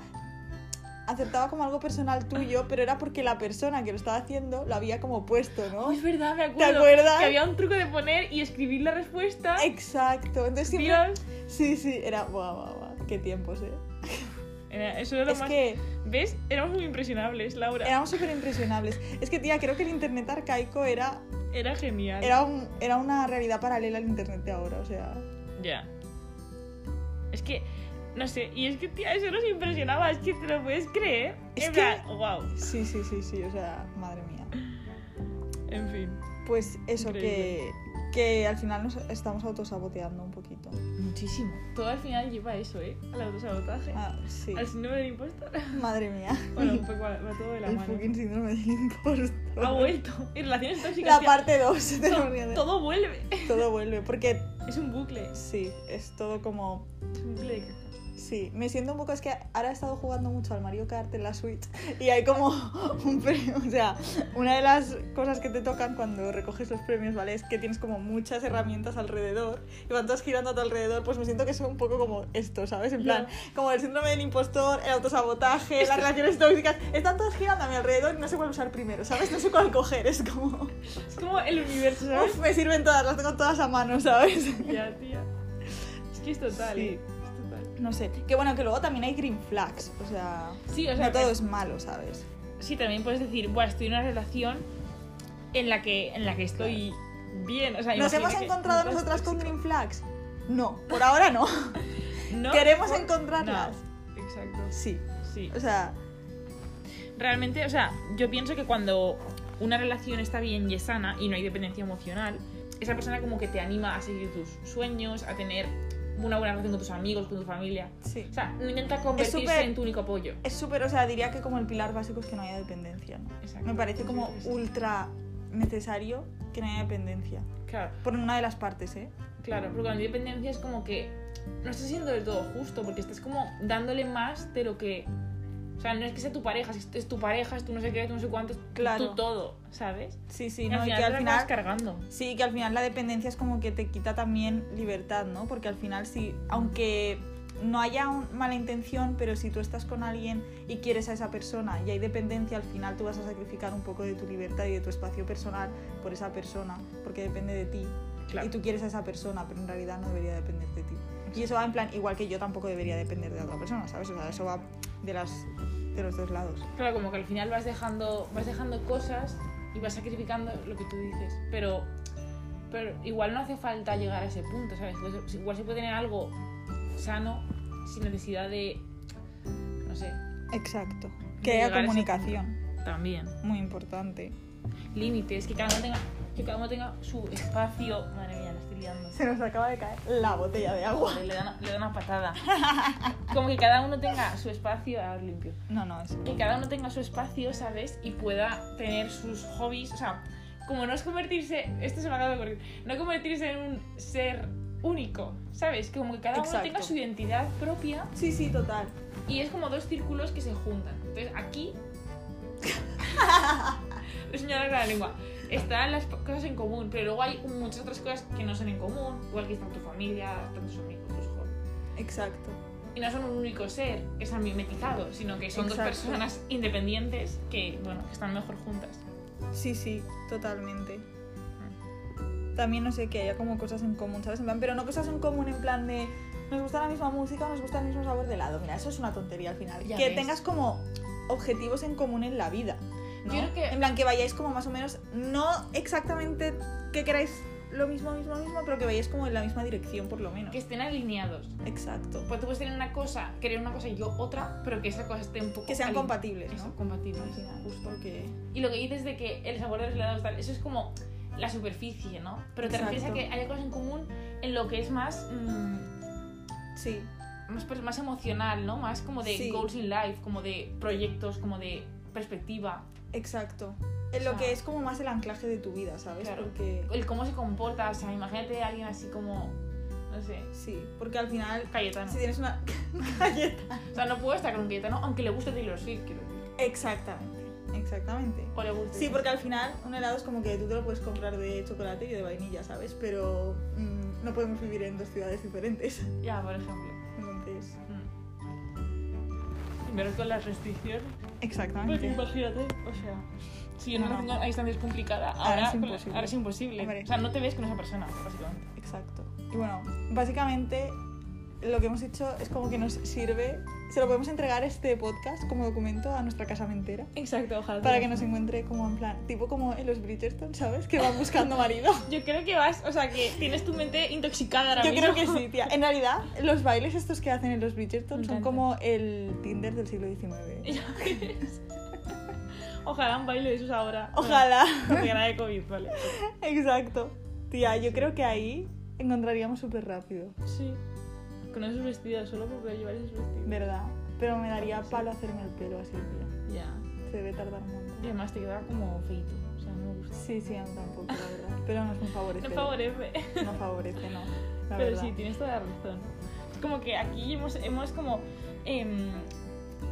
[SPEAKER 2] acertaba como algo personal tuyo, pero era porque la persona que lo estaba haciendo lo había como puesto, ¿no?
[SPEAKER 1] Oh, es verdad, me acuerdo.
[SPEAKER 2] acuerdas?
[SPEAKER 1] Que había un truco de poner y escribir la respuesta.
[SPEAKER 2] Exacto. Entonces siempre
[SPEAKER 1] Dios.
[SPEAKER 2] Sí, sí, era guau, guau, guau. Qué tiempos, eh.
[SPEAKER 1] Era- eso era lo
[SPEAKER 2] Es
[SPEAKER 1] más...
[SPEAKER 2] que
[SPEAKER 1] ¿Ves? Éramos muy impresionables, Laura. Era,
[SPEAKER 2] éramos súper impresionables. Es que, tía, creo que el internet arcaico era,
[SPEAKER 1] genial.
[SPEAKER 2] era, un- era una realidad paralela al internet de ahora, o sea.
[SPEAKER 1] Ya. Es que, no sé, y es que, tía, eso nos impresionaba. Es que te lo puedes creer.
[SPEAKER 2] Es
[SPEAKER 1] En
[SPEAKER 2] que-
[SPEAKER 1] plan, wow.
[SPEAKER 2] Sí, sí, sí, sí, o sea, madre mía.
[SPEAKER 1] En fin,
[SPEAKER 2] Pues eso, que,
[SPEAKER 1] Increíble.
[SPEAKER 2] que al final nos estamos autosaboteando un poquito.
[SPEAKER 1] muchísimo. Todo al final lleva a eso, ¿eh? Al autosabotaje.
[SPEAKER 2] Ah, sí.
[SPEAKER 1] Al síndrome del impostor.
[SPEAKER 2] Madre mía.
[SPEAKER 1] Bueno, un poco va va todo de la
[SPEAKER 2] *laughs* el
[SPEAKER 1] mano.
[SPEAKER 2] fucking síndrome del impostor.
[SPEAKER 1] Ha vuelto. Y relaciones tóxicas.
[SPEAKER 2] La
[SPEAKER 1] tía,
[SPEAKER 2] parte *laughs* 2
[SPEAKER 1] to- todo vuelve.
[SPEAKER 2] Todo vuelve, porque
[SPEAKER 1] Es un bucle.
[SPEAKER 2] sí, es todo como...
[SPEAKER 1] Es un bucle de caca.
[SPEAKER 2] Sí, me siento un poco, es que ahora he estado jugando mucho al Mario Kart en la Switch *laughs* y hay como un premio, o sea, una de las cosas que te tocan cuando recoges los premios, ¿vale? Es que tienes como muchas herramientas alrededor y van todas girando a tu alrededor, pues me siento que soy un poco como esto, ¿sabes? En plan, como el síndrome del impostor, el autosabotaje, *laughs* las relaciones tóxicas, están todas girando a mi alrededor y no sé cuál usar primero, ¿sabes? No sé cuál coger, es como...
[SPEAKER 1] Es como el universo, ¿sabes?
[SPEAKER 2] *laughs* Uf, me sirven todas, las tengo todas a mano, ¿sabes?
[SPEAKER 1] Ya, tía. Es que es total,
[SPEAKER 2] Sí.
[SPEAKER 1] ¿eh? Es total.
[SPEAKER 2] No sé. Que bueno, que luego también hay green flags. O sea,
[SPEAKER 1] Sí, o sea,
[SPEAKER 2] no todo es malo, ¿sabes?
[SPEAKER 1] sí, también puedes decir, bueno, estoy en una relación en la que, en la que estoy bien. O sea,
[SPEAKER 2] ¿Nos
[SPEAKER 1] imagina
[SPEAKER 2] hemos
[SPEAKER 1] que-
[SPEAKER 2] encontrado
[SPEAKER 1] no,
[SPEAKER 2] nosotras con green flags? No, por ahora no.
[SPEAKER 1] no,
[SPEAKER 2] Queremos
[SPEAKER 1] por-
[SPEAKER 2] encontrarlas.
[SPEAKER 1] no. Exacto,
[SPEAKER 2] Sí.
[SPEAKER 1] *laughs* sí.
[SPEAKER 2] O sea,
[SPEAKER 1] Realmente, o sea, yo pienso que cuando una relación está bien y es sana y no hay dependencia emocional, esa persona como que te anima a seguir tus sueños, a tener una buena relación con tus amigos, con tu familia.
[SPEAKER 2] sí.
[SPEAKER 1] O sea, no intenta convertirse
[SPEAKER 2] súper-
[SPEAKER 1] en tu único apoyo.
[SPEAKER 2] Es súper, o sea, diría que como el pilar básico es que no haya dependencia, ¿no?
[SPEAKER 1] Exacto.
[SPEAKER 2] Me parece
[SPEAKER 1] Yo
[SPEAKER 2] como
[SPEAKER 1] creo que sí.
[SPEAKER 2] ultra necesario que no haya dependencia.
[SPEAKER 1] Claro,
[SPEAKER 2] Por una de las partes, ¿eh?
[SPEAKER 1] claro, porque cuando hay dependencia es como que no estás siendo del todo justo, porque estás como dándole más de lo que... O sea, no es que sea tu pareja, es es tu pareja, es tu no sé qué, tú no sé cuánto, es
[SPEAKER 2] Claro.
[SPEAKER 1] tu todo, ¿sabes?
[SPEAKER 2] Sí, sí,
[SPEAKER 1] Y
[SPEAKER 2] no,
[SPEAKER 1] al
[SPEAKER 2] y
[SPEAKER 1] final
[SPEAKER 2] que
[SPEAKER 1] te
[SPEAKER 2] al
[SPEAKER 1] la acabas
[SPEAKER 2] final
[SPEAKER 1] cargando.
[SPEAKER 2] Sí, que al final la dependencia es como que te quita también libertad, ¿no? Porque al final sí, aunque no haya un- mala intención, pero si tú estás con alguien y quieres a esa persona y hay dependencia, al final tú vas a sacrificar un poco de tu libertad y de tu espacio personal por esa persona, porque depende de ti.
[SPEAKER 1] Claro.
[SPEAKER 2] Y tú quieres a esa persona, pero en realidad no debería depender de ti. Y eso va en plan, igual que yo tampoco debería depender de otra persona, ¿sabes? O sea, eso va de, las, de los dos lados.
[SPEAKER 1] Claro, como que al final vas dejando, vas dejando cosas y vas sacrificando lo que tú dices, pero, pero igual no hace falta llegar a ese punto, ¿sabes? Pues igual se puede tener algo sano sin necesidad de, no sé,
[SPEAKER 2] Exacto.
[SPEAKER 1] De
[SPEAKER 2] Que haya
[SPEAKER 1] llegar a ese
[SPEAKER 2] comunicación,
[SPEAKER 1] también
[SPEAKER 2] muy importante.
[SPEAKER 1] límites, que cada uno tenga, que cada uno tenga su espacio. Madre mía, la estoy liando.
[SPEAKER 2] Se nos acaba de caer la botella de agua.
[SPEAKER 1] Joder, Le da, una, le da una patada. Como que cada uno tenga su espacio a limpio.
[SPEAKER 2] No, no, es.
[SPEAKER 1] que cada uno tenga su espacio, ¿sabes? Y pueda tener sus hobbies. O sea, como no es convertirse. Esto se me acaba de ocurrir. No convertirse en un ser único, ¿sabes? Como que cada
[SPEAKER 2] Exacto.
[SPEAKER 1] uno tenga su identidad propia
[SPEAKER 2] Sí, sí, total.
[SPEAKER 1] y es como dos círculos que se juntan. Entonces aquí. Los señores de la lengua. Están las po- cosas en común, pero luego hay muchas otras cosas que no son en común. Igual que están tu familia, están tus amigos, tus hobbies.
[SPEAKER 2] Exacto.
[SPEAKER 1] y no son un único ser que están mimetizados, sino que son
[SPEAKER 2] Exacto.
[SPEAKER 1] dos personas independientes que, bueno, que están mejor juntas.
[SPEAKER 2] Sí, sí, totalmente. También no sé que haya como cosas en común, ¿sabes? En plan, pero no cosas en común en plan de nos gusta la misma música o nos gusta el mismo sabor de helado. Mira, eso es una tontería al final.
[SPEAKER 1] Ya
[SPEAKER 2] que
[SPEAKER 1] ves.
[SPEAKER 2] tengas como objetivos en común en la vida. ¿no?
[SPEAKER 1] Yo creo que-
[SPEAKER 2] En plan, que vayáis como más o menos, no exactamente que queráis lo mismo, mismo, mismo, pero que vayáis como en la misma dirección por lo menos.
[SPEAKER 1] Que estén alineados.
[SPEAKER 2] Exacto.
[SPEAKER 1] Pues tú puedes tener una cosa, querer una cosa y yo otra, pero que esa cosa esté un poco...
[SPEAKER 2] Que sean
[SPEAKER 1] aline-
[SPEAKER 2] compatibles,
[SPEAKER 1] Eso,
[SPEAKER 2] ¿no? Al
[SPEAKER 1] compatibles.
[SPEAKER 2] final, justo que...
[SPEAKER 1] Y lo que dices de que el sabor de los helados tal, eso es como la superficie, ¿no? Pero te refieres a
[SPEAKER 2] Exacto.
[SPEAKER 1] que haya cosas en común en lo que es más... mm,
[SPEAKER 2] Sí,
[SPEAKER 1] más, pers- más emocional, ¿no? Más como de
[SPEAKER 2] Sí.
[SPEAKER 1] goals in life, como de proyectos, como de perspectiva.
[SPEAKER 2] Exacto. En
[SPEAKER 1] O
[SPEAKER 2] lo
[SPEAKER 1] sea,
[SPEAKER 2] que es como más el anclaje de tu vida, ¿sabes?
[SPEAKER 1] claro.
[SPEAKER 2] Porque
[SPEAKER 1] el cómo se comporta, o sea, imagínate a alguien así como, no sé,
[SPEAKER 2] sí, porque al final
[SPEAKER 1] Cayetano.
[SPEAKER 2] si tienes una *laughs* galleta
[SPEAKER 1] O sea, no puedo estar con un Cayetano aunque le guste Taylor Swift, quiero decir.
[SPEAKER 2] exactamente, exactamente.
[SPEAKER 1] O le guste.
[SPEAKER 2] Sí, porque al final un helado es como que tú te lo puedes comprar de chocolate y de vainilla, ¿sabes? Pero mm, no podemos vivir en dos ciudades diferentes. *laughs*
[SPEAKER 1] Ya, por ejemplo.
[SPEAKER 2] Entonces,
[SPEAKER 1] Mm. Y menos con las restricciones. Pues
[SPEAKER 2] exactamente.
[SPEAKER 1] imagínate, o sea, si en
[SPEAKER 2] No,
[SPEAKER 1] una
[SPEAKER 2] no.
[SPEAKER 1] relación a distancia es complicada,
[SPEAKER 2] Ahora
[SPEAKER 1] ahora,
[SPEAKER 2] es
[SPEAKER 1] con la-
[SPEAKER 2] imposible.
[SPEAKER 1] ahora es imposible.
[SPEAKER 2] Hombre.
[SPEAKER 1] O sea, no te ves con esa persona, básicamente.
[SPEAKER 2] Exacto. Y bueno, básicamente lo que hemos hecho es como que nos sirve, se lo podemos entregar este podcast como documento a nuestra casamentera.
[SPEAKER 1] Exacto, ojalá.
[SPEAKER 2] Para que nos encuentre como en plan, tipo como en los Bridgerton, ¿sabes? Que van buscando marido.
[SPEAKER 1] Yo creo que vas, o sea, que tienes tu mente intoxicada *laughs* ahora
[SPEAKER 2] Yo
[SPEAKER 1] mismo.
[SPEAKER 2] creo que
[SPEAKER 1] *laughs*
[SPEAKER 2] sí, tía. En realidad, los bailes estos que hacen en los Bridgerton
[SPEAKER 1] Me
[SPEAKER 2] son
[SPEAKER 1] encanta.
[SPEAKER 2] como el Tinder del siglo XIX.
[SPEAKER 1] Ya ves. Ojalá un baile de esos ahora.
[SPEAKER 2] Ojalá. *laughs*
[SPEAKER 1] Bueno, porque nada de COVID, vale.
[SPEAKER 2] Exacto. Tía, yo creo que ahí encontraríamos súper rápido,
[SPEAKER 1] Sí. Con esos vestidos, solo por poder llevar esos vestidos.
[SPEAKER 2] ¿verdad? Pero me daría palo hacerme el pelo así, tía.
[SPEAKER 1] Ya.
[SPEAKER 2] Se debe tardar un montón.
[SPEAKER 1] Y además te queda como feito. O sea, no me gusta.
[SPEAKER 2] Sí, sí, a mí tampoco, la verdad. Pero no es un favorece.
[SPEAKER 1] No favorece.
[SPEAKER 2] No favorece, no. La
[SPEAKER 1] *laughs* Pero
[SPEAKER 2] verdad.
[SPEAKER 1] sí, tienes toda la razón. Es como que aquí hemos, hemos como em,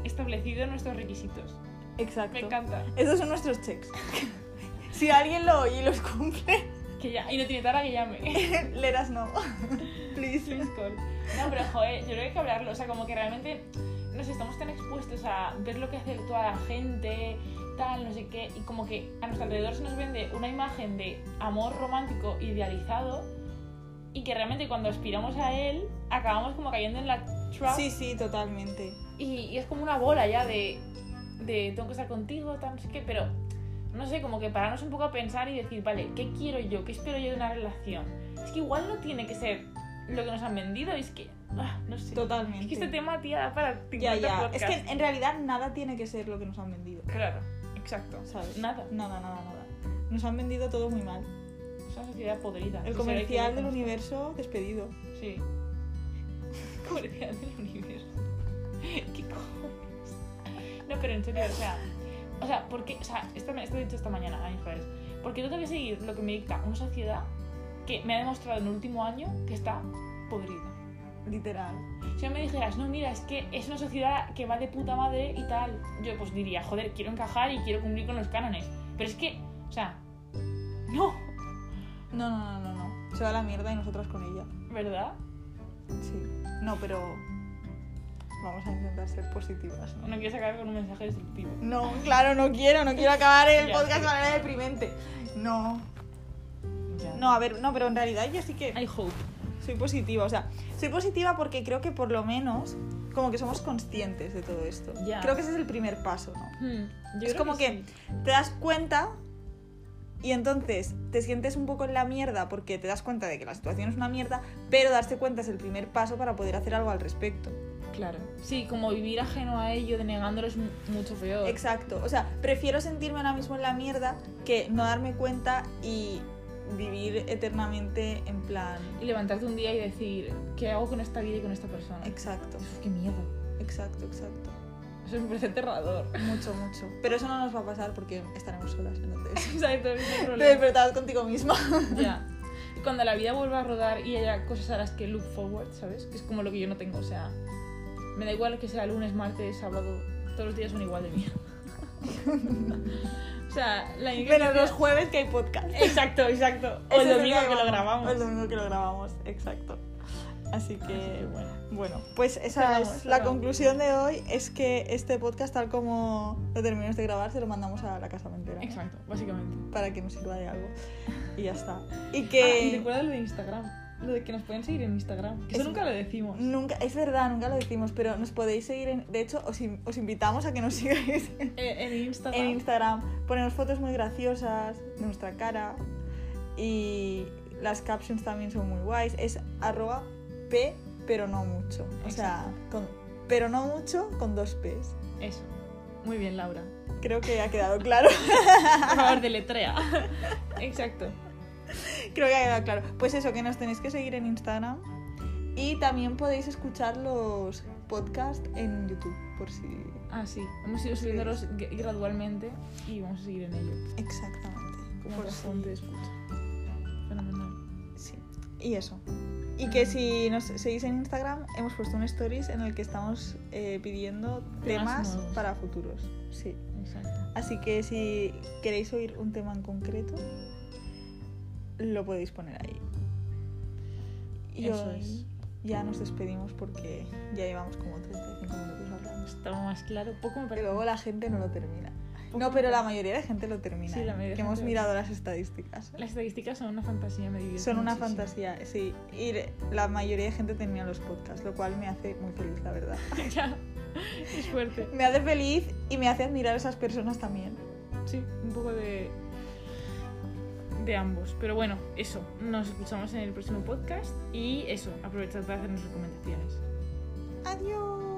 [SPEAKER 1] establecido nuestros requisitos.
[SPEAKER 2] Exacto.
[SPEAKER 1] Me encanta.
[SPEAKER 2] Esos son nuestros checks. *laughs* si alguien lo oye y los cumple,
[SPEAKER 1] Que ya, y no tiene tara que llame.
[SPEAKER 2] let us know. *laughs* Please.
[SPEAKER 1] Please call. No, pero joder, yo creo que hay que hablarlo. O sea, como que realmente nos estamos tan expuestos a ver lo que hace toda la gente, tal, no sé qué. Y como que a nuestro alrededor se nos vende una imagen de amor romántico idealizado. Y que realmente cuando aspiramos a él, acabamos como cayendo en la trap.
[SPEAKER 2] Sí, sí, totalmente.
[SPEAKER 1] Y, y es como una bola ya de, de tengo que estar contigo, tal, no sé qué, pero no sé, como que pararnos un poco a pensar y decir, vale, ¿qué quiero yo? ¿Qué espero yo de una relación? Es que igual no tiene que ser lo que nos han vendido, y es que, ah, no sé.
[SPEAKER 2] Totalmente.
[SPEAKER 1] Es que este tema, tía, da para 50
[SPEAKER 2] Ya, ya. Es
[SPEAKER 1] podcasts.
[SPEAKER 2] que en realidad nada tiene que ser lo que nos han vendido.
[SPEAKER 1] Claro, exacto.
[SPEAKER 2] ¿Sabes?
[SPEAKER 1] Nada.
[SPEAKER 2] Nada, nada, nada. Nos han vendido todo muy mal.
[SPEAKER 1] Es una sociedad podrida.
[SPEAKER 2] El
[SPEAKER 1] O sea,
[SPEAKER 2] comercial
[SPEAKER 1] que-
[SPEAKER 2] del universo despedido.
[SPEAKER 1] Sí. *laughs* Comercial del universo. *laughs* ¿Qué cojones? No, pero en serio, o sea. O sea, porque, o sea, esto, me- esto lo he dicho esta mañana a mis padres. Porque yo tengo que seguir lo que me dicta una sociedad que me ha demostrado en el último año que está podrida.
[SPEAKER 2] Literal.
[SPEAKER 1] Si no me dijeras, no, mira, es que es una sociedad que va de puta madre y tal, yo pues diría, joder, quiero encajar y quiero cumplir con los cánones. Pero es que, o sea, no,
[SPEAKER 2] No, no, no, no, no. Se va a la mierda y nosotras con ella.
[SPEAKER 1] ¿verdad?
[SPEAKER 2] Sí. No, pero vamos a intentar ser positivas, ¿no?
[SPEAKER 1] No quiero sacar con un mensaje destructivo.
[SPEAKER 2] No, claro, no quiero, no quiero acabar el
[SPEAKER 1] Ya,
[SPEAKER 2] podcast
[SPEAKER 1] sí.
[SPEAKER 2] de manera deprimente. No. No, a ver, no, pero en realidad yo sí que
[SPEAKER 1] I hope.
[SPEAKER 2] soy positiva, o sea, soy positiva porque creo que por lo menos como que somos conscientes de todo esto.
[SPEAKER 1] Ya.
[SPEAKER 2] Creo que ese es el primer paso, ¿no?
[SPEAKER 1] Hmm, yo
[SPEAKER 2] es
[SPEAKER 1] creo
[SPEAKER 2] como que,
[SPEAKER 1] sí.
[SPEAKER 2] te das cuenta y entonces te sientes un poco en la mierda porque te das cuenta de que la situación es una mierda, pero darse cuenta es el primer paso para poder hacer algo al respecto.
[SPEAKER 1] Claro. Sí, como vivir ajeno a ello, denegándolo es mu- mucho peor.
[SPEAKER 2] Exacto, o sea, prefiero sentirme ahora mismo en la mierda que no darme cuenta y vivir eternamente en plan...
[SPEAKER 1] Y levantarte un día y decir, ¿qué hago con esta vida y con esta persona?
[SPEAKER 2] Exacto,
[SPEAKER 1] Uf, qué miedo.
[SPEAKER 2] exacto, exacto.
[SPEAKER 1] Eso me parece aterrador. *laughs*
[SPEAKER 2] Mucho, mucho. Pero eso no nos va a pasar porque estaremos solas, entonces.
[SPEAKER 1] Exacto, ese es el
[SPEAKER 2] Te *laughs*
[SPEAKER 1] problema.
[SPEAKER 2] despertabas contigo misma.
[SPEAKER 1] Ya. Y Cuando la vida vuelva a rodar y haya cosas a las que look forward, ¿sabes? Que es como lo que yo no tengo, o sea... Me da igual que sea lunes, martes, sábado... Todos los días son igual de mía. *laughs* o sea,
[SPEAKER 2] Pero
[SPEAKER 1] la
[SPEAKER 2] los
[SPEAKER 1] ingrediente-
[SPEAKER 2] jueves que hay podcast.
[SPEAKER 1] *laughs* Exacto, exacto. O
[SPEAKER 2] Ese
[SPEAKER 1] el
[SPEAKER 2] es
[SPEAKER 1] domingo que
[SPEAKER 2] O
[SPEAKER 1] lo
[SPEAKER 2] el
[SPEAKER 1] grabamos.
[SPEAKER 2] domingo que lo grabamos, exacto. Así que,
[SPEAKER 1] Así que bueno.
[SPEAKER 2] bueno, pues esa
[SPEAKER 1] Cerramos,
[SPEAKER 2] es la
[SPEAKER 1] cerramos.
[SPEAKER 2] conclusión de hoy. Es que este podcast, tal como lo terminamos de grabar, se lo mandamos a la casa mentera. ¿no?
[SPEAKER 1] Exacto, básicamente.
[SPEAKER 2] Para que nos sirva de algo. Y ya está. Y
[SPEAKER 1] Ah, y
[SPEAKER 2] que...
[SPEAKER 1] recuerda lo de Instagram. Lo de que nos pueden seguir en Instagram. Que
[SPEAKER 2] Es-
[SPEAKER 1] eso nunca lo decimos.
[SPEAKER 2] Nunca, es verdad, nunca lo decimos, pero nos podéis seguir en... De hecho, os, in- os invitamos a que nos *laughs* sigáis en
[SPEAKER 1] Eh, en Instagram.
[SPEAKER 2] en Instagram. Ponemos fotos muy graciosas de nuestra cara. Y las captions también son muy guays. Es arroba P, pero no mucho. O sea, con, pero no mucho con dos P's.
[SPEAKER 1] Eso. Muy bien, Laura.
[SPEAKER 2] *laughs* Creo que ha quedado claro. *laughs*
[SPEAKER 1] Por favor, deletrea. *laughs* Exacto.
[SPEAKER 2] Creo que ha quedado claro. Pues eso, que nos tenéis que seguir en Instagram. Y también podéis escuchar los podcasts en YouTube, por si...
[SPEAKER 1] Ah, sí. Hemos ido subiéndolos gra- gradualmente y vamos a seguir en ello.
[SPEAKER 2] Exactamente.
[SPEAKER 1] Como
[SPEAKER 2] por si-
[SPEAKER 1] razón de escucha. Fenomenal.
[SPEAKER 2] Sí. Y eso. Y que si nos seguís en Instagram, hemos puesto un stories en el que estamos eh, pidiendo
[SPEAKER 1] Temas
[SPEAKER 2] temas,
[SPEAKER 1] nuevos.
[SPEAKER 2] para futuros. Sí.
[SPEAKER 1] Exacto.
[SPEAKER 2] Así que si queréis oír un tema en concreto, lo podéis poner ahí. Y
[SPEAKER 1] Eso
[SPEAKER 2] hoy
[SPEAKER 1] es.
[SPEAKER 2] ya nos despedimos porque ya llevamos como 35 minutos hablando.
[SPEAKER 1] Estaba más claro. Poco me
[SPEAKER 2] Pero
[SPEAKER 1] parece.
[SPEAKER 2] luego la gente no lo termina.
[SPEAKER 1] poco
[SPEAKER 2] No,
[SPEAKER 1] me
[SPEAKER 2] pero la
[SPEAKER 1] parece.
[SPEAKER 2] mayoría de gente lo termina.
[SPEAKER 1] Sí, la
[SPEAKER 2] ¿eh?
[SPEAKER 1] mayoría de
[SPEAKER 2] que hemos
[SPEAKER 1] gente lo-
[SPEAKER 2] mirado las estadísticas.
[SPEAKER 1] Las estadísticas son una fantasía, me divierten
[SPEAKER 2] Son una
[SPEAKER 1] muchísimo.
[SPEAKER 2] fantasía, sí. Y le- la mayoría de gente termina los podcasts, lo cual me hace muy feliz, la verdad.
[SPEAKER 1] *laughs* Ya. es fuerte.
[SPEAKER 2] Me hace feliz y me hace admirar a esas personas también.
[SPEAKER 1] Sí, un poco de. de ambos. Pero bueno, eso. Nos escuchamos en el próximo podcast y eso. Aprovechad para hacernos recomendaciones.
[SPEAKER 2] Adiós.